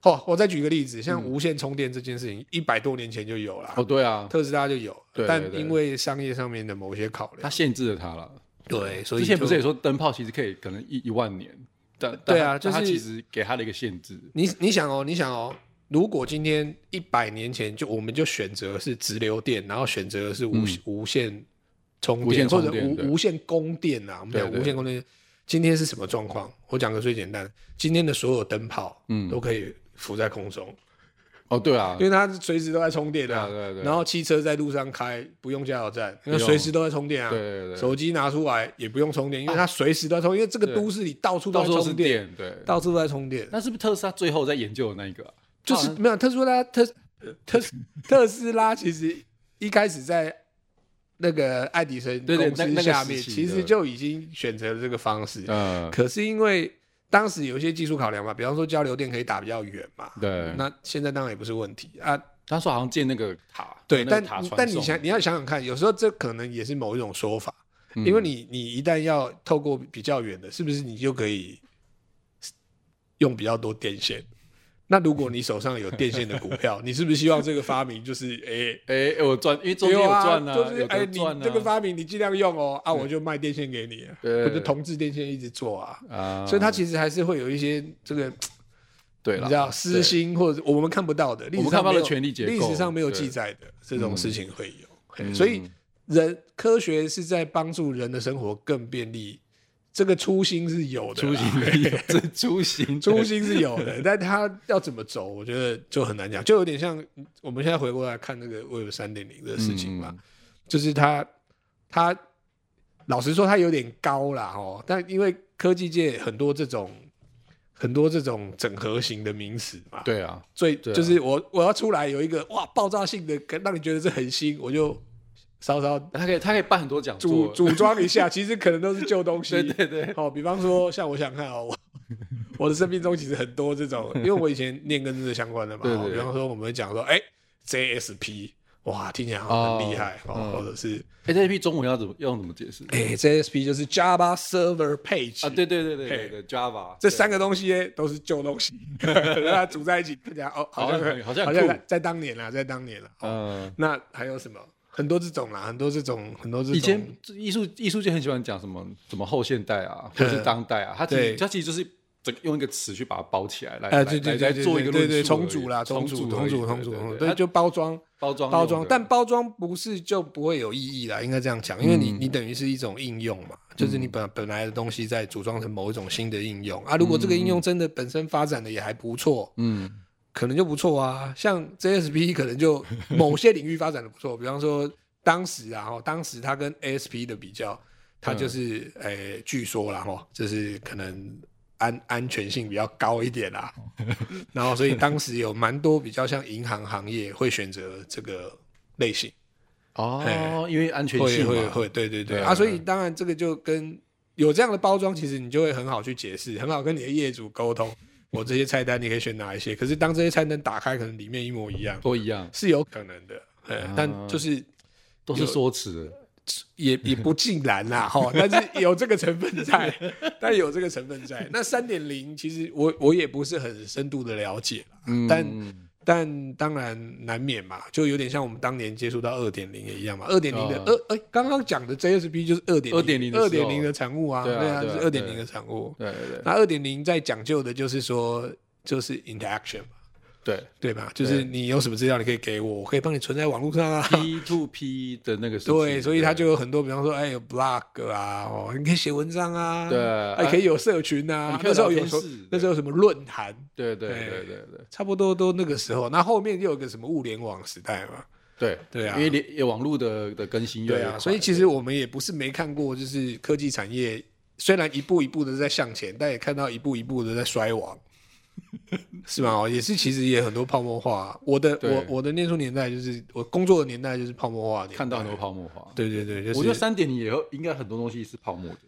Speaker 2: 哦，我再举一个例子，
Speaker 1: 嗯
Speaker 2: 像无线充电这件事情，一百多年前就有了，
Speaker 1: 哦，对啊，
Speaker 2: 特斯拉就有，
Speaker 1: 对对
Speaker 2: 但
Speaker 1: 对
Speaker 2: 因为商业上面的某些考
Speaker 1: 它
Speaker 2: 量，
Speaker 1: 限制了它了。
Speaker 2: 对，所以
Speaker 1: 之前
Speaker 2: 就
Speaker 1: 不是也说灯泡其实可以可能一一万年，但
Speaker 2: 对
Speaker 1: 但它
Speaker 2: 啊
Speaker 1: 但它
Speaker 2: 就是
Speaker 1: 其实给它的一个限制，
Speaker 2: 你你想哦，你想哦，如果今天一百年前就我们就选择是直流电，然后选择是无、无线充
Speaker 1: 嗯无
Speaker 2: 电
Speaker 1: 线
Speaker 2: 或
Speaker 1: 充
Speaker 2: 者
Speaker 1: 电对
Speaker 2: 无无线供电啊，我们
Speaker 1: 对
Speaker 2: 讲
Speaker 1: 对
Speaker 2: 无线供电，今天是什么状况？我讲个最简单，今天的所有灯泡
Speaker 1: 嗯
Speaker 2: 都可以浮在空中，
Speaker 1: 哦，对啊
Speaker 2: 因，为它随时都在充电
Speaker 1: 对
Speaker 2: 啊。
Speaker 1: 啊对啊对啊
Speaker 2: 然后汽车在路上开不用加油站，因为
Speaker 1: 不用
Speaker 2: 随时都在充电啊。
Speaker 1: 对对对
Speaker 2: 手机拿出来也不用充电，因为它随时都在充，因为这个
Speaker 1: 对
Speaker 2: 都市里到处
Speaker 1: 到
Speaker 2: 都
Speaker 1: 处
Speaker 2: 在
Speaker 1: 都是
Speaker 2: 充电，
Speaker 1: 电，对。
Speaker 2: 到处都在充电。
Speaker 1: 那是不是特斯拉最后在研究的那一个啊、
Speaker 2: 就是没有特斯拉特特 特斯拉，其实一开始在那个爱迪生
Speaker 1: 对对
Speaker 2: 公司
Speaker 1: 那那个
Speaker 2: 下面，
Speaker 1: 时期
Speaker 2: 其实
Speaker 1: 对
Speaker 2: 就已经选择了这个方式。
Speaker 1: 呃，
Speaker 2: 可是因为当时有一些技术考量嘛，比方说交流电可以打比较远嘛，
Speaker 1: 对，
Speaker 2: 那现在当然也不是问题啊。
Speaker 1: 他说好像建那个塔，
Speaker 2: 对，
Speaker 1: 那个
Speaker 2: 但
Speaker 1: 塔传
Speaker 2: 但你
Speaker 1: 送
Speaker 2: 想，你要想想看，有时候这可能也是某一种说法，
Speaker 1: 嗯
Speaker 2: 因为你你一旦要透过比较远的，是不是你就可以用比较多电线？那如果你手上有电线的股票，你是不是希望这个发明就是诶？
Speaker 1: 哎、哎我赚，因为中
Speaker 2: 有
Speaker 1: 间有
Speaker 2: 啊，
Speaker 1: 赚
Speaker 2: 就是
Speaker 1: 有
Speaker 2: 哎、
Speaker 1: 的
Speaker 2: 你
Speaker 1: 赚啊，
Speaker 2: 这个发明你尽量用哦，啊，我就卖电线给你，
Speaker 1: 对
Speaker 2: 我就同质电线一直做啊，
Speaker 1: 啊，
Speaker 2: 所以它其实还是会有一些这个
Speaker 1: 对
Speaker 2: 你
Speaker 1: 了
Speaker 2: 知，道私心或者我们看不到的，历
Speaker 1: 我
Speaker 2: 史
Speaker 1: 们
Speaker 2: 上
Speaker 1: 看不到
Speaker 2: 没
Speaker 1: 的
Speaker 2: 有
Speaker 1: 权力结构
Speaker 2: 历史上没有
Speaker 1: 对
Speaker 2: 记载的这种事情会有，嘿
Speaker 1: 嗯
Speaker 2: 所以人科学是在帮助人的生活更便利，这个初心是有的啦，
Speaker 1: 出行 这出行
Speaker 2: 初心是有的， 但他要怎么走，我觉得就很难讲，就有点像我们现在回过来看那个 Web 三点零的事情嘛，
Speaker 1: 嗯
Speaker 2: 就是他他老实说他有点高啦哦，但因为科技界很多这种很多这种整合型的名词嘛，
Speaker 1: 对啊，
Speaker 2: 最
Speaker 1: 对啊
Speaker 2: 就是我我要出来有一个哇爆炸性的，让你觉得这很新，我就稍稍
Speaker 1: 他可以他可以办很多讲
Speaker 2: 组
Speaker 1: 座，
Speaker 2: 组装一下， 其实可能都是旧东西。
Speaker 1: 对对对，
Speaker 2: 好、比方说像我想看哦， 我我的生命中其实很多这种，因为我以前念跟这个相关的嘛。
Speaker 1: 对对
Speaker 2: 哦
Speaker 1: 对
Speaker 2: 比方说我们会讲说，哎、j s p 哇，听起来好像很厉害
Speaker 1: 哦
Speaker 2: 哦
Speaker 1: 嗯
Speaker 2: 或者是
Speaker 1: 哎、这一批中文要怎么要怎么解释？
Speaker 2: 哎、JSP 就是 Java Server Page
Speaker 1: 啊，对对对对
Speaker 2: 嘿
Speaker 1: 对对，Java
Speaker 2: 这
Speaker 1: 对
Speaker 2: 三个东西呢都是旧东西， 把它组在一起，大家哦，好像
Speaker 1: 好像很
Speaker 2: 好
Speaker 1: 好像很
Speaker 2: 像
Speaker 1: 酷
Speaker 2: 在在当年啦，在当年啦。哦
Speaker 1: 嗯。
Speaker 2: 那还有什么？很多这种啦，很多这种，很哦多这种。
Speaker 1: 以前这艺术艺术界很喜欢讲什么什么后现代啊，或者是当代啊，它其
Speaker 2: 对
Speaker 1: 实它其实就是整个用一个词去把它包起来，来
Speaker 2: 哎，
Speaker 1: 来
Speaker 2: 对对
Speaker 1: 来
Speaker 2: 对
Speaker 1: 来
Speaker 2: 对，
Speaker 1: 做一个
Speaker 2: 对
Speaker 1: 论述而
Speaker 2: 对
Speaker 1: 已，
Speaker 2: 重组啦，重
Speaker 1: 重
Speaker 2: 组
Speaker 1: 组
Speaker 2: 重
Speaker 1: 而已
Speaker 2: 组重
Speaker 1: 对
Speaker 2: 组
Speaker 1: 对
Speaker 2: 重组，
Speaker 1: 对
Speaker 2: 对，
Speaker 1: 它
Speaker 2: 就包装
Speaker 1: 包装
Speaker 2: 包
Speaker 1: 用
Speaker 2: 装，
Speaker 1: 的
Speaker 2: 但包装不是就不会有意义啦，应该这样讲，因为你你等于是一种应用嘛，就是你本本来的东西再组装成某一种新的应用啊，如果这个应用真的本身发展的也还不错，
Speaker 1: 嗯
Speaker 2: 可能就不错啊，像 JSP 可能就某些领域发展的不错，比方说当时啊，哦，当时它跟 ASP 的比较，它就是诶、据说啦，哦，就是可能安安全性比较高一点啦，然后所以当时有蛮多比较像银行行业会选择这个类型，
Speaker 1: 哦，因为安全
Speaker 2: 会
Speaker 1: 性
Speaker 2: 会
Speaker 1: 嘛，
Speaker 2: 会，对对对
Speaker 1: 对
Speaker 2: 啊，
Speaker 1: 啊
Speaker 2: 所以当然这个就跟有这样的包装，其实你就会很好去解释，很好跟你的业主沟通。我这些菜单你可以选哪一些？可是当这些菜单打开，可能里面一模一样，
Speaker 1: 都一样，
Speaker 2: 是有可能的，呃，
Speaker 1: 啊
Speaker 2: 但就是
Speaker 1: 都是说辞的，
Speaker 2: 也也不尽然啦，哈，但是有这个成分在， 但有这个成分在。那三点零其实我我也不是很深度的了解啦，
Speaker 1: 嗯
Speaker 2: 但但当然难免嘛，就有点像我们当年接触到二点零也一样嘛。二点零的
Speaker 1: 哦
Speaker 2: 二哎，刚刚讲的 JSP 就是二点
Speaker 1: 2.0的时候
Speaker 2: 二点零的产物啊，
Speaker 1: 对啊
Speaker 2: 啊，
Speaker 1: 对啊
Speaker 2: 是二点零的产物。
Speaker 1: 对对
Speaker 2: 那二点零在讲究的就是说，就是 interaction 嘛，
Speaker 1: 对
Speaker 2: 对吧？就是
Speaker 1: 对
Speaker 2: 你有什么资料你可以给我，我可以帮你存在网络 上啊。
Speaker 1: ，P to P 的那个事情
Speaker 2: 对，所以它就有很多，比方说，哎，有 blog 啊，哦，你可以写文章啊，
Speaker 1: 对哦
Speaker 2: 还可以有社群啊
Speaker 1: 你。可以
Speaker 2: 那时候
Speaker 1: 聊
Speaker 2: 有
Speaker 1: 天
Speaker 2: 什么
Speaker 1: 室
Speaker 2: 那时候有什么论坛，
Speaker 1: 对对
Speaker 2: 对
Speaker 1: 对对对对
Speaker 2: 差不多都那个时候。那后面又有个什么物联网时代嘛，
Speaker 1: 对
Speaker 2: 对啊
Speaker 1: 因为连也网络的的更新越来
Speaker 2: 对
Speaker 1: 越
Speaker 2: 啊，
Speaker 1: 快
Speaker 2: 所以其实我们也不是没看过，就是科技产业虽然一步一步的在向前，但也看到一步一步的在衰亡， 是吧？哦，也是，其实也很多泡沫化。我的
Speaker 1: 对
Speaker 2: 我我的念书年代就是我工作的年代就是泡沫化的年代
Speaker 1: 看到很多泡沫化，
Speaker 2: 对对对，就是
Speaker 1: 我觉得三点零以后应该很多东西是泡沫的，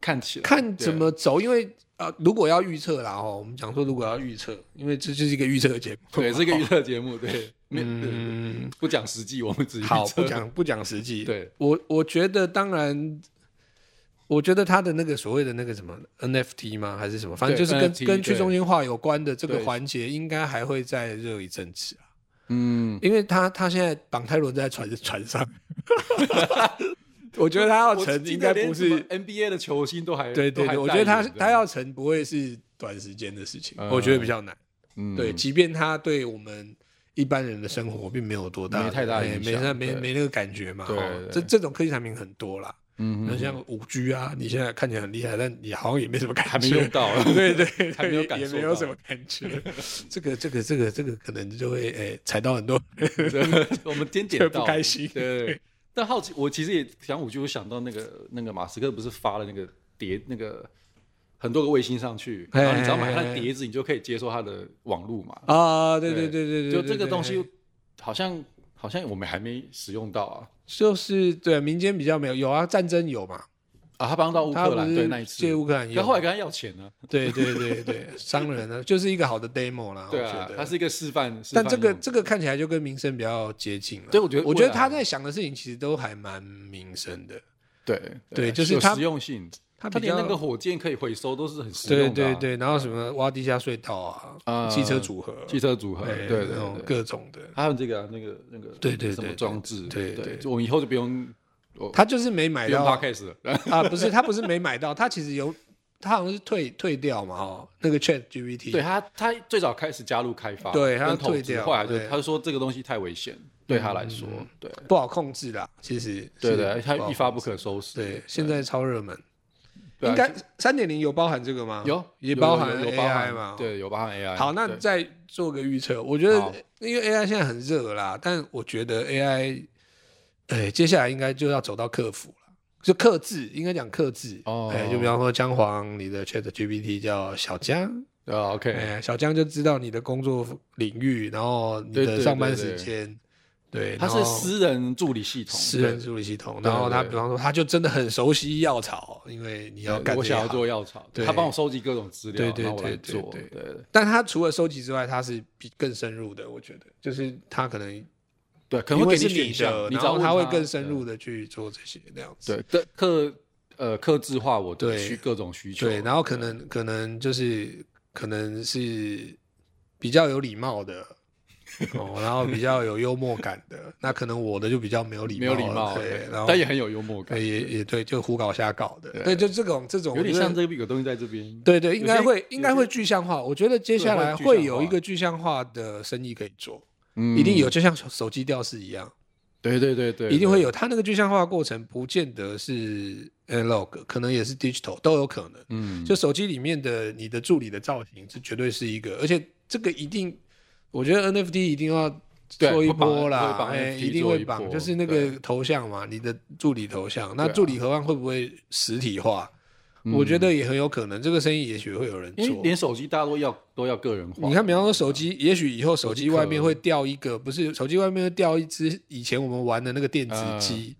Speaker 1: 看起来
Speaker 2: 看怎
Speaker 1: 对啊
Speaker 2: 么走，因为呃，如果要预测啦哦，我们讲说如果要预测，因为这就是一个预测的节目，
Speaker 1: 对，是一个娱乐节目，对，没对对
Speaker 2: 嗯，
Speaker 1: 不讲实际，我们只
Speaker 2: 好，
Speaker 1: 预测
Speaker 2: 不讲不讲实际，
Speaker 1: 对
Speaker 2: 我我觉得当然，我觉得他的那个所谓的那个什么 NFT 吗，还是什么，反正
Speaker 1: 对
Speaker 2: 就是跟
Speaker 1: NFT
Speaker 2: 跟去中心化有关的这个
Speaker 1: 对
Speaker 2: 环节，应该还会再热一阵子啊，
Speaker 1: 嗯，
Speaker 2: 因为他他现在绑泰伦在船 船上， 我觉得他要
Speaker 1: 我
Speaker 2: 成
Speaker 1: 记
Speaker 2: 应
Speaker 1: 得
Speaker 2: 该
Speaker 1: 连
Speaker 2: 不
Speaker 1: 什么
Speaker 2: 是
Speaker 1: NBA 的球星都还
Speaker 2: 对对
Speaker 1: 都还
Speaker 2: 对，我觉
Speaker 1: 代
Speaker 2: 得他
Speaker 1: 言这样
Speaker 2: 他要成不会是短时间的事情，
Speaker 1: 嗯
Speaker 2: 我觉得比较难。
Speaker 1: 嗯
Speaker 2: 对，即便他对我们一般人的生活并没有多大的
Speaker 1: 没太大
Speaker 2: 哎
Speaker 1: 影
Speaker 2: 没
Speaker 1: 响
Speaker 2: 那没
Speaker 1: 对
Speaker 2: 没那个感觉嘛。
Speaker 1: 对
Speaker 2: 哦
Speaker 1: 对
Speaker 2: 这这种科技产品很多啦，
Speaker 1: 嗯
Speaker 2: 那
Speaker 1: 嗯
Speaker 2: 像五 G 啊，你现在看起来很厉害，但你好像也没什么感觉，
Speaker 1: 还没用到，
Speaker 2: 对对对，
Speaker 1: 还没有感
Speaker 2: 也
Speaker 1: 受
Speaker 2: 没
Speaker 1: 到
Speaker 2: 有什么感觉。 这个这个这个这个可能就会诶踩 到很多
Speaker 1: 我们先
Speaker 2: 人
Speaker 1: 点到
Speaker 2: 不开心。
Speaker 1: 对，但好奇，我其实也想五 G，我想到那个那个马斯克不是发了那个碟那个很多个卫星上去，
Speaker 2: 哎
Speaker 1: 然后你只要买他的碟子，你就可以接收他的网络嘛。
Speaker 2: 啊，对对对对对，
Speaker 1: 就
Speaker 2: 对
Speaker 1: 这个
Speaker 2: 对
Speaker 1: 东西好像好像我们还没使用到啊
Speaker 2: 就是对民间比较没有有啊，战争有嘛，
Speaker 1: 啊！他帮到乌
Speaker 2: 他
Speaker 1: 克
Speaker 2: 不
Speaker 1: 兰对那一
Speaker 2: 是
Speaker 1: 次
Speaker 2: 借，乌克兰有
Speaker 1: 可后来跟他要钱呢。
Speaker 2: 对对对对，商人呢就是一个好的 demo 啦，
Speaker 1: 对
Speaker 2: 哦我觉
Speaker 1: 啊
Speaker 2: 得，
Speaker 1: 它是一个示范，示
Speaker 2: 但
Speaker 1: 范
Speaker 2: 这个
Speaker 1: 用
Speaker 2: 这个看起来就跟民生比较接近了。
Speaker 1: 对我觉得
Speaker 2: 我觉
Speaker 1: 未来
Speaker 2: 得他在想的事情其实都还蛮民生的，
Speaker 1: 对
Speaker 2: 对就是
Speaker 1: 有
Speaker 2: 它
Speaker 1: 实用性，
Speaker 2: 他
Speaker 1: 它
Speaker 2: 比
Speaker 1: 连
Speaker 2: 较
Speaker 1: 那个火箭可以回收都是很实
Speaker 2: 对
Speaker 1: 用的
Speaker 2: 对
Speaker 1: 啊。
Speaker 2: 对，然后什么挖地下隧道啊，
Speaker 1: 啊
Speaker 2: 汽车组合，哎
Speaker 1: 汽车组合，对对
Speaker 2: 那种
Speaker 1: 对。
Speaker 2: 各种的，
Speaker 1: 还有这个啊、那个那个
Speaker 2: 对对对
Speaker 1: 什么装置，
Speaker 2: 对对
Speaker 1: 对，
Speaker 2: 对
Speaker 1: 就我们以后就不用
Speaker 2: 他就是没买
Speaker 1: 不用
Speaker 2: 到
Speaker 1: podcast 了，然后
Speaker 2: 啊，不是他不是没买到，他其实有他好像是退退掉嘛哦，那个 Chat
Speaker 1: 对
Speaker 2: GPT，
Speaker 1: 他他最早开始加入开发，
Speaker 2: 对他
Speaker 1: 跟投
Speaker 2: 退
Speaker 1: 资，
Speaker 2: 掉
Speaker 1: 后来就
Speaker 2: 对
Speaker 1: 他就说这个东西太危险，对他
Speaker 2: 嗯
Speaker 1: 来说，对
Speaker 2: 不好控制啦，其实
Speaker 1: 对
Speaker 2: 是
Speaker 1: 对，他
Speaker 2: 不好
Speaker 1: 一发不可收拾，
Speaker 2: 对，现在超热门，
Speaker 1: 对啊啊
Speaker 2: 应该三点零有包含这个吗？
Speaker 1: 有
Speaker 2: 也
Speaker 1: 有
Speaker 2: 包
Speaker 1: 有
Speaker 2: 含
Speaker 1: 有包
Speaker 2: AI
Speaker 1: 含
Speaker 2: 嘛，哦
Speaker 1: 对，有包含 AI。
Speaker 2: 好，那
Speaker 1: 哎对
Speaker 2: 再做个预测，我觉
Speaker 1: 好
Speaker 2: 得因为 AI 现在很热啦，但我觉得 AI，呃，接下来应该就要走到客服了，就克制，应该讲克制。
Speaker 1: 哦
Speaker 2: 哎，就比方说姜黄，你的 Chat GPT 叫小姜，
Speaker 1: 啊 OK，
Speaker 2: 哎，小姜就知道你的工作领域，然后你
Speaker 1: 对对
Speaker 2: 的
Speaker 1: 对
Speaker 2: 上班时
Speaker 1: 对
Speaker 2: 间，对，
Speaker 1: 他
Speaker 2: 然
Speaker 1: 是
Speaker 2: 后
Speaker 1: 私人助理系统，
Speaker 2: 私人处理系统，然
Speaker 1: 对
Speaker 2: 后他
Speaker 1: 对
Speaker 2: 比方说，他就真的很熟悉药草，因为你要
Speaker 1: 对
Speaker 2: 哦干
Speaker 1: 我
Speaker 2: 这
Speaker 1: 想
Speaker 2: 一
Speaker 1: 要
Speaker 2: 行
Speaker 1: 做药草，
Speaker 2: 对
Speaker 1: 他帮我收集各种资料
Speaker 2: 对，对
Speaker 1: 然后我来
Speaker 2: 对对
Speaker 1: 做，
Speaker 2: 对
Speaker 1: 对对
Speaker 2: 但他除了收集之外，他是比更深入的，我觉得，就是他可能
Speaker 1: 对，可
Speaker 2: 因
Speaker 1: 能
Speaker 2: 为
Speaker 1: 会
Speaker 2: 是
Speaker 1: 给你选项，
Speaker 2: 的，
Speaker 1: 你
Speaker 2: 然
Speaker 1: 只要
Speaker 2: 后
Speaker 1: 问
Speaker 2: 他
Speaker 1: 他
Speaker 2: 会更深入的去做这些那样子。
Speaker 1: 对对克呃克制化我的
Speaker 2: 对
Speaker 1: 需各种需求，
Speaker 2: 对，然后可能可能就是可能是比较有礼貌的。哦，然后比较有幽默感的，那可能我的就比较没有礼貌，
Speaker 1: 没有礼貌，
Speaker 2: 对，然后
Speaker 1: 但也很有幽默
Speaker 2: 对
Speaker 1: 感，
Speaker 2: 也也对，就胡搞瞎搞的，
Speaker 1: 对
Speaker 2: 对，就这种这种
Speaker 1: 有点
Speaker 2: 我觉得
Speaker 1: 像这个有东西在这边。
Speaker 2: 对对，应该
Speaker 1: 有些
Speaker 2: 会应该会具象化。我觉得接下来会有一
Speaker 1: 对
Speaker 2: 个具象化的生意可以做，
Speaker 1: 嗯
Speaker 2: 一定有，就像手手机吊饰一样，
Speaker 1: 对对对对，
Speaker 2: 一定会
Speaker 1: 对，
Speaker 2: 有。它那个具象化过程不见得是 analog，可能也是 digital，都有可能。
Speaker 1: 嗯，
Speaker 2: 就手机里面的你的助理的造型，这绝对是一个，而且这个一定，我觉得 NFT 一定要
Speaker 1: 对
Speaker 2: 做一
Speaker 1: 会绑
Speaker 2: 波
Speaker 1: 会
Speaker 2: 啦，
Speaker 1: 绑
Speaker 2: 哎，
Speaker 1: NFT
Speaker 2: 一定
Speaker 1: 做
Speaker 2: 会
Speaker 1: 一
Speaker 2: 绑，
Speaker 1: 波
Speaker 2: 就是那个头像嘛，你的助理头像，那
Speaker 1: 对啊
Speaker 2: 助理头像会不会实体化？
Speaker 1: 嗯
Speaker 2: 我觉得也很有可能，这个生意也许会有人做
Speaker 1: 因。为连手机大家都要都要个人化，
Speaker 2: 你看，比方说手机，也许以后手
Speaker 1: 手机
Speaker 2: 机
Speaker 1: 壳
Speaker 2: 外面会掉一个，不是手机外面会掉一只以前我们玩的那个电子 鸡，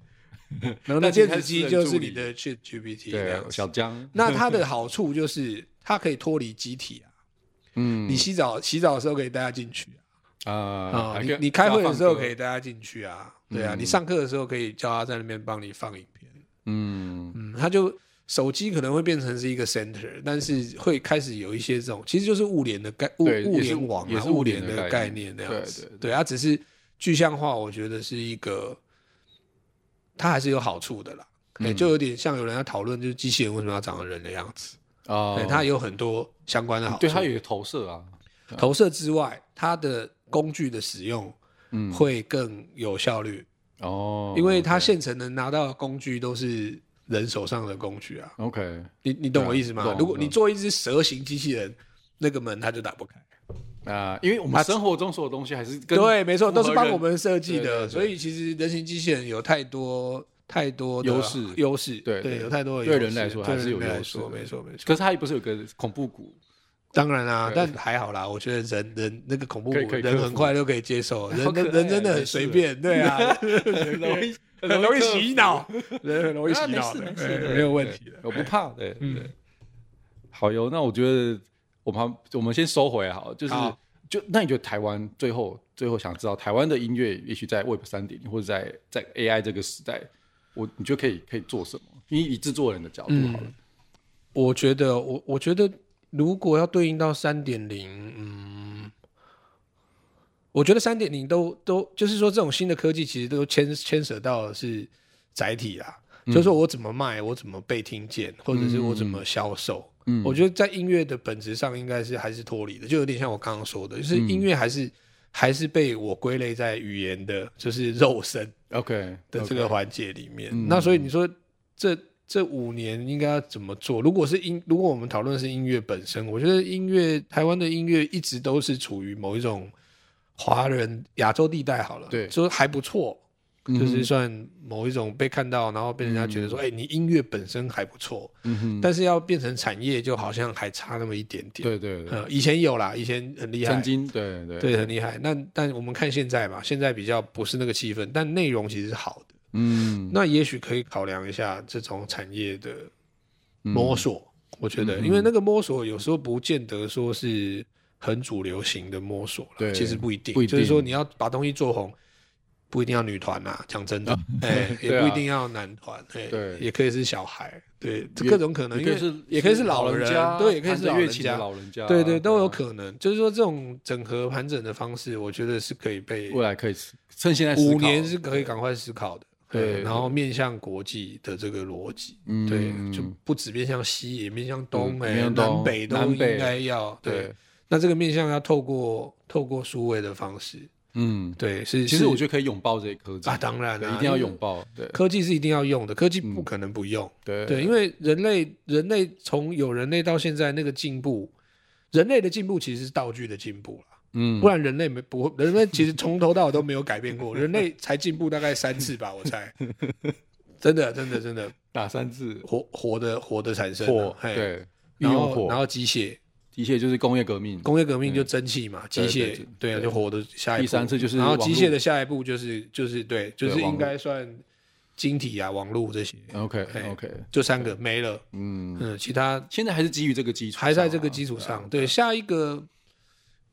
Speaker 2: 然
Speaker 1: 嗯
Speaker 2: 后那
Speaker 1: 但是
Speaker 2: 电
Speaker 1: 它
Speaker 2: 子
Speaker 1: 是私
Speaker 2: 鸡
Speaker 1: 人
Speaker 2: 就是
Speaker 1: 助
Speaker 2: 你
Speaker 1: 理
Speaker 2: 的 Chat GPT 那
Speaker 1: 对
Speaker 2: 样子。
Speaker 1: 小江，
Speaker 2: 那它的好处就是它可以脱离机体啊，
Speaker 1: 嗯
Speaker 2: 你洗澡洗澡的时候可以带它进去
Speaker 1: 啊
Speaker 2: 啊，你你开会的时候可以，带它进去啊，对啊，
Speaker 1: 嗯
Speaker 2: 你上课的时候可以叫它在那边帮你放影片，
Speaker 1: 嗯，
Speaker 2: 嗯，它就。手机可能会变成是一个 center，但是会开始有一些这种，其实就是物联的概物
Speaker 1: 对
Speaker 2: 物
Speaker 1: 也是
Speaker 2: 联网、啊、
Speaker 1: 也是
Speaker 2: 物
Speaker 1: 物联的
Speaker 2: 的
Speaker 1: 概念
Speaker 2: 念那样子
Speaker 1: 对。对
Speaker 2: 对，它只是具象化，我觉得是一个，它还是有好处的啦。
Speaker 1: 嗯
Speaker 2: 对，就有点像有人在讨论，就是机器人为什么要长成人的样子。
Speaker 1: 啊
Speaker 2: 对，，它有很多相关的好
Speaker 1: 嗯
Speaker 2: 处。
Speaker 1: 对它有一个投射啊，
Speaker 2: 投射之外，它的工具的使用
Speaker 1: 嗯，
Speaker 2: 会更有效率，
Speaker 1: 哦，
Speaker 2: 因为它现成能拿到的工具都是人手上的工具啊。
Speaker 1: OK，
Speaker 2: 你你懂我
Speaker 1: 对啊
Speaker 2: 意思吗？
Speaker 1: 懂
Speaker 2: 如果你
Speaker 1: 懂
Speaker 2: 做一只蛇形机器人，那个门它就打不开。
Speaker 1: 啊，因为我们生活中所有东西还是跟
Speaker 2: 对，没错，
Speaker 1: 符合
Speaker 2: 都是帮
Speaker 1: 人
Speaker 2: 我们设计
Speaker 1: 对对
Speaker 2: 的。
Speaker 1: 对
Speaker 2: 所以其实人形机器人有太多太多的
Speaker 1: 优势
Speaker 2: 优势
Speaker 1: 对对
Speaker 2: 对，有太多的
Speaker 1: 对
Speaker 2: 优
Speaker 1: 人
Speaker 2: 势
Speaker 1: 来说
Speaker 2: 对
Speaker 1: 还是
Speaker 2: 人
Speaker 1: 有
Speaker 2: 来
Speaker 1: 优势
Speaker 2: 说
Speaker 1: 的
Speaker 2: 没错没错。
Speaker 1: 可是它也不是有个恐怖谷，
Speaker 2: 当然啦、
Speaker 1: 对
Speaker 2: 但还好啦，我觉得人人那个恐怖
Speaker 1: 可以
Speaker 2: 谷
Speaker 1: 可以
Speaker 2: 人
Speaker 1: 克
Speaker 2: 很
Speaker 1: 服
Speaker 2: 快就可以接受，人
Speaker 1: 好可
Speaker 2: 人人真
Speaker 1: 爱
Speaker 2: 的
Speaker 1: 啊
Speaker 2: 很
Speaker 1: 没
Speaker 2: 随
Speaker 1: 事
Speaker 2: 便，对啊，很容易洗 脑，
Speaker 1: 对，很容易洗脑
Speaker 2: 的，
Speaker 1: 的，
Speaker 2: 对
Speaker 1: 对
Speaker 2: 没有问题
Speaker 1: 对
Speaker 2: 的。
Speaker 1: 我不怕，对，
Speaker 2: 嗯
Speaker 1: 对。好哟，那我觉得我们还我们先收回好了，就是
Speaker 2: 好
Speaker 1: 就那你觉得台湾最后最后想知道台湾的音乐，也许在 Web 三点零或者在在 AI 这个时代，我你觉得可以可以做什么？因为以制作人的角度好
Speaker 2: 嗯
Speaker 1: 了，
Speaker 2: 我觉得，我我觉得，如果要对应到三点零，嗯，我觉得三点零都都就是说，这种新的科技其实都牵牵涉到的是载体啦，
Speaker 1: 嗯
Speaker 2: 就是说我怎么卖，我怎么被听见，或者是我怎么销售。
Speaker 1: 嗯
Speaker 2: 我觉得在音乐的本质上，应该是还是脱离的，就有点像我刚刚说的，
Speaker 1: 嗯
Speaker 2: 就是音乐还是、还是被我归类在语言的，就是肉身。
Speaker 1: OK
Speaker 2: 的这
Speaker 1: OK
Speaker 2: 个环节里面。
Speaker 1: 嗯
Speaker 2: 那所以你说这这五年应该要怎么做？如果是音，如果我们讨论的是音乐本身，我觉得音乐台湾的音乐一直都是处于某一种华人亚洲地带好了，
Speaker 1: 对
Speaker 2: 说还不错。
Speaker 1: 嗯哼
Speaker 2: 就是算某一种被看到，然后被人家觉得说，哎、你音乐本身还不错，
Speaker 1: 嗯哼，
Speaker 2: 但是要变成产业，就好像还差那么一点点。
Speaker 1: 对对对，
Speaker 2: 呃，以前有啦，以前很厉害，
Speaker 1: 曾经对对，
Speaker 2: 对，很厉害。那但我们看现在吧，现在比较不是那个气氛，但内容其实是好的。
Speaker 1: 嗯
Speaker 2: 那也许可以考量一下这种产业的
Speaker 1: 嗯
Speaker 2: 摸索，我觉得，
Speaker 1: 嗯
Speaker 2: 因为那个摸索有时候不见得说是很主流型的摸索了，
Speaker 1: 对
Speaker 2: 其实不一定，
Speaker 1: 不一定
Speaker 2: 就是说你要把东西做红，不一定要女团啊，讲 真的，哎、
Speaker 1: 对
Speaker 2: 也
Speaker 1: 啊
Speaker 2: 不一定要男团，哎、
Speaker 1: 对
Speaker 2: 也可以是小孩，对，
Speaker 1: 也
Speaker 2: 各种可能，
Speaker 1: 也
Speaker 2: 因
Speaker 1: 可以
Speaker 2: 为
Speaker 1: 是
Speaker 2: 也可以是老
Speaker 1: 人
Speaker 2: 人
Speaker 1: 家，
Speaker 2: 对，也可以
Speaker 1: 弹
Speaker 2: 是
Speaker 1: 着
Speaker 2: 老
Speaker 1: 乐
Speaker 2: 人
Speaker 1: 器的
Speaker 2: 家，
Speaker 1: 老人家，
Speaker 2: 对对，都有
Speaker 1: 啊
Speaker 2: 可能，就是说这种整合盘整的方式，我觉得是可以被
Speaker 1: 未来可以思趁现在思
Speaker 2: 五
Speaker 1: 考
Speaker 2: 年是可以赶快思考的。
Speaker 1: 对
Speaker 2: 嗯然后面向国际的这个逻辑，
Speaker 1: 嗯
Speaker 2: 对，就不止面向西，也面向东，
Speaker 1: 嗯
Speaker 2: 哎、
Speaker 1: 面向东
Speaker 2: 南北都
Speaker 1: 南
Speaker 2: 应
Speaker 1: 北
Speaker 2: 该要对
Speaker 1: 对。，
Speaker 2: 那这个面向要透过透过数位的方式，
Speaker 1: 嗯，
Speaker 2: 对，是
Speaker 1: 其实我觉得可以拥抱这些科技
Speaker 2: 得啊，当然
Speaker 1: 对
Speaker 2: 了、
Speaker 1: 一定要拥抱，对
Speaker 2: 科技是一定要用的，科技
Speaker 1: 嗯
Speaker 2: 不可能不用，
Speaker 1: 对
Speaker 2: 对，因为人类人类从有人类到现在那个进步，人类的进步其实是道具的进步了，
Speaker 1: 嗯，
Speaker 2: 不然人类没不会，人类其实从头到尾都没有改变过，人类才进步大概三次吧，我 猜，真的真的真的，
Speaker 1: 打三字
Speaker 2: 活活的活的产生啊、
Speaker 1: 火，
Speaker 2: 嘿
Speaker 1: 对，运
Speaker 2: 然
Speaker 1: 用
Speaker 2: 后然
Speaker 1: 火，
Speaker 2: 后机械，
Speaker 1: 的确就是工业革命，
Speaker 2: 工业革命就蒸汽嘛，机
Speaker 1: 对对
Speaker 2: 械
Speaker 1: 对
Speaker 2: 对啊，
Speaker 1: 对
Speaker 2: 就活的下一步
Speaker 1: 第三次就是
Speaker 2: 然后
Speaker 1: 网络
Speaker 2: 机械的下一步就是就是对，就是
Speaker 1: 网络
Speaker 2: 应该算晶体啊、网络这些，
Speaker 1: OK
Speaker 2: 嘿
Speaker 1: OK，
Speaker 2: 就三个没了，
Speaker 1: 嗯，
Speaker 2: 嗯，其他
Speaker 1: 现在还是基于这个基础上啊，
Speaker 2: 还在这个基础上，对下一个，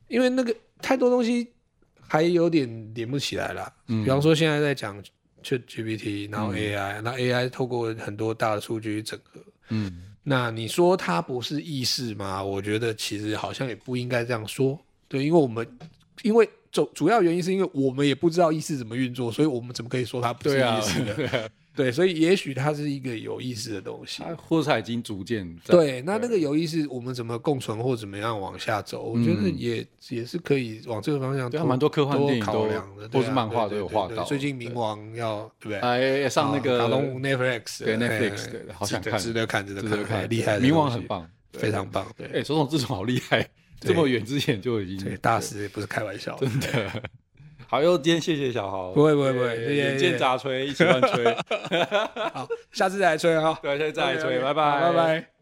Speaker 2: 因为那个太多东西还有点连不起来了，
Speaker 1: 嗯
Speaker 2: 比方说现在在讲 Chat GPT，然后 AI，那 AI 透过很多大的数据整合。
Speaker 1: 嗯，
Speaker 2: 那你说它不是意识吗？我觉得其实好像也不应该这样说。对，因为我们因为主主要原因是因为我们也不知道意识怎么运作，所以我们怎么可以说它不是
Speaker 1: 对啊
Speaker 2: 意识，呢？
Speaker 1: 对啊
Speaker 2: 对，所以也许它是一个有意识的东西。
Speaker 1: 它或者它已经逐渐在
Speaker 2: 对，那那个有意识，我们怎么共存或怎么样往下走，我觉得也也是可以往这个方向
Speaker 1: 嗯对
Speaker 2: 多。
Speaker 1: 啊蛮多科幻电影
Speaker 2: 考
Speaker 1: 都
Speaker 2: 量的，
Speaker 1: 或
Speaker 2: 对啊
Speaker 1: 是漫画都
Speaker 2: 对
Speaker 1: 有
Speaker 2: 对对
Speaker 1: 画
Speaker 2: 对
Speaker 1: 到
Speaker 2: 最近
Speaker 1: 对
Speaker 2: 冥王要对不对？
Speaker 1: 哎上那个
Speaker 2: 卡通 Netflix，
Speaker 1: 对
Speaker 2: 哎
Speaker 1: Netflix，对好想
Speaker 2: 值得
Speaker 1: 看
Speaker 2: 值得看，值得
Speaker 1: 值得
Speaker 2: 哎
Speaker 1: 看，
Speaker 2: 厉害的东西，
Speaker 1: 冥王很棒，对
Speaker 2: 非常棒。
Speaker 1: 哎、
Speaker 2: 对
Speaker 1: 手冢治虫好厉害，这
Speaker 2: 对
Speaker 1: 么远之前就已
Speaker 2: 对，
Speaker 1: 经
Speaker 2: 大师不是开玩笑的。
Speaker 1: 真的。好，又今天谢谢小豪，
Speaker 2: 不会不会不会
Speaker 1: 对
Speaker 2: 谢谢
Speaker 1: 远
Speaker 2: 谢
Speaker 1: 见
Speaker 2: 谢
Speaker 1: 杂吹，一起乱吹，
Speaker 2: 好，下次再来吹啊、啊
Speaker 1: 对，现在再来吹，
Speaker 2: OK，OK，
Speaker 1: 拜拜，
Speaker 2: 好拜拜。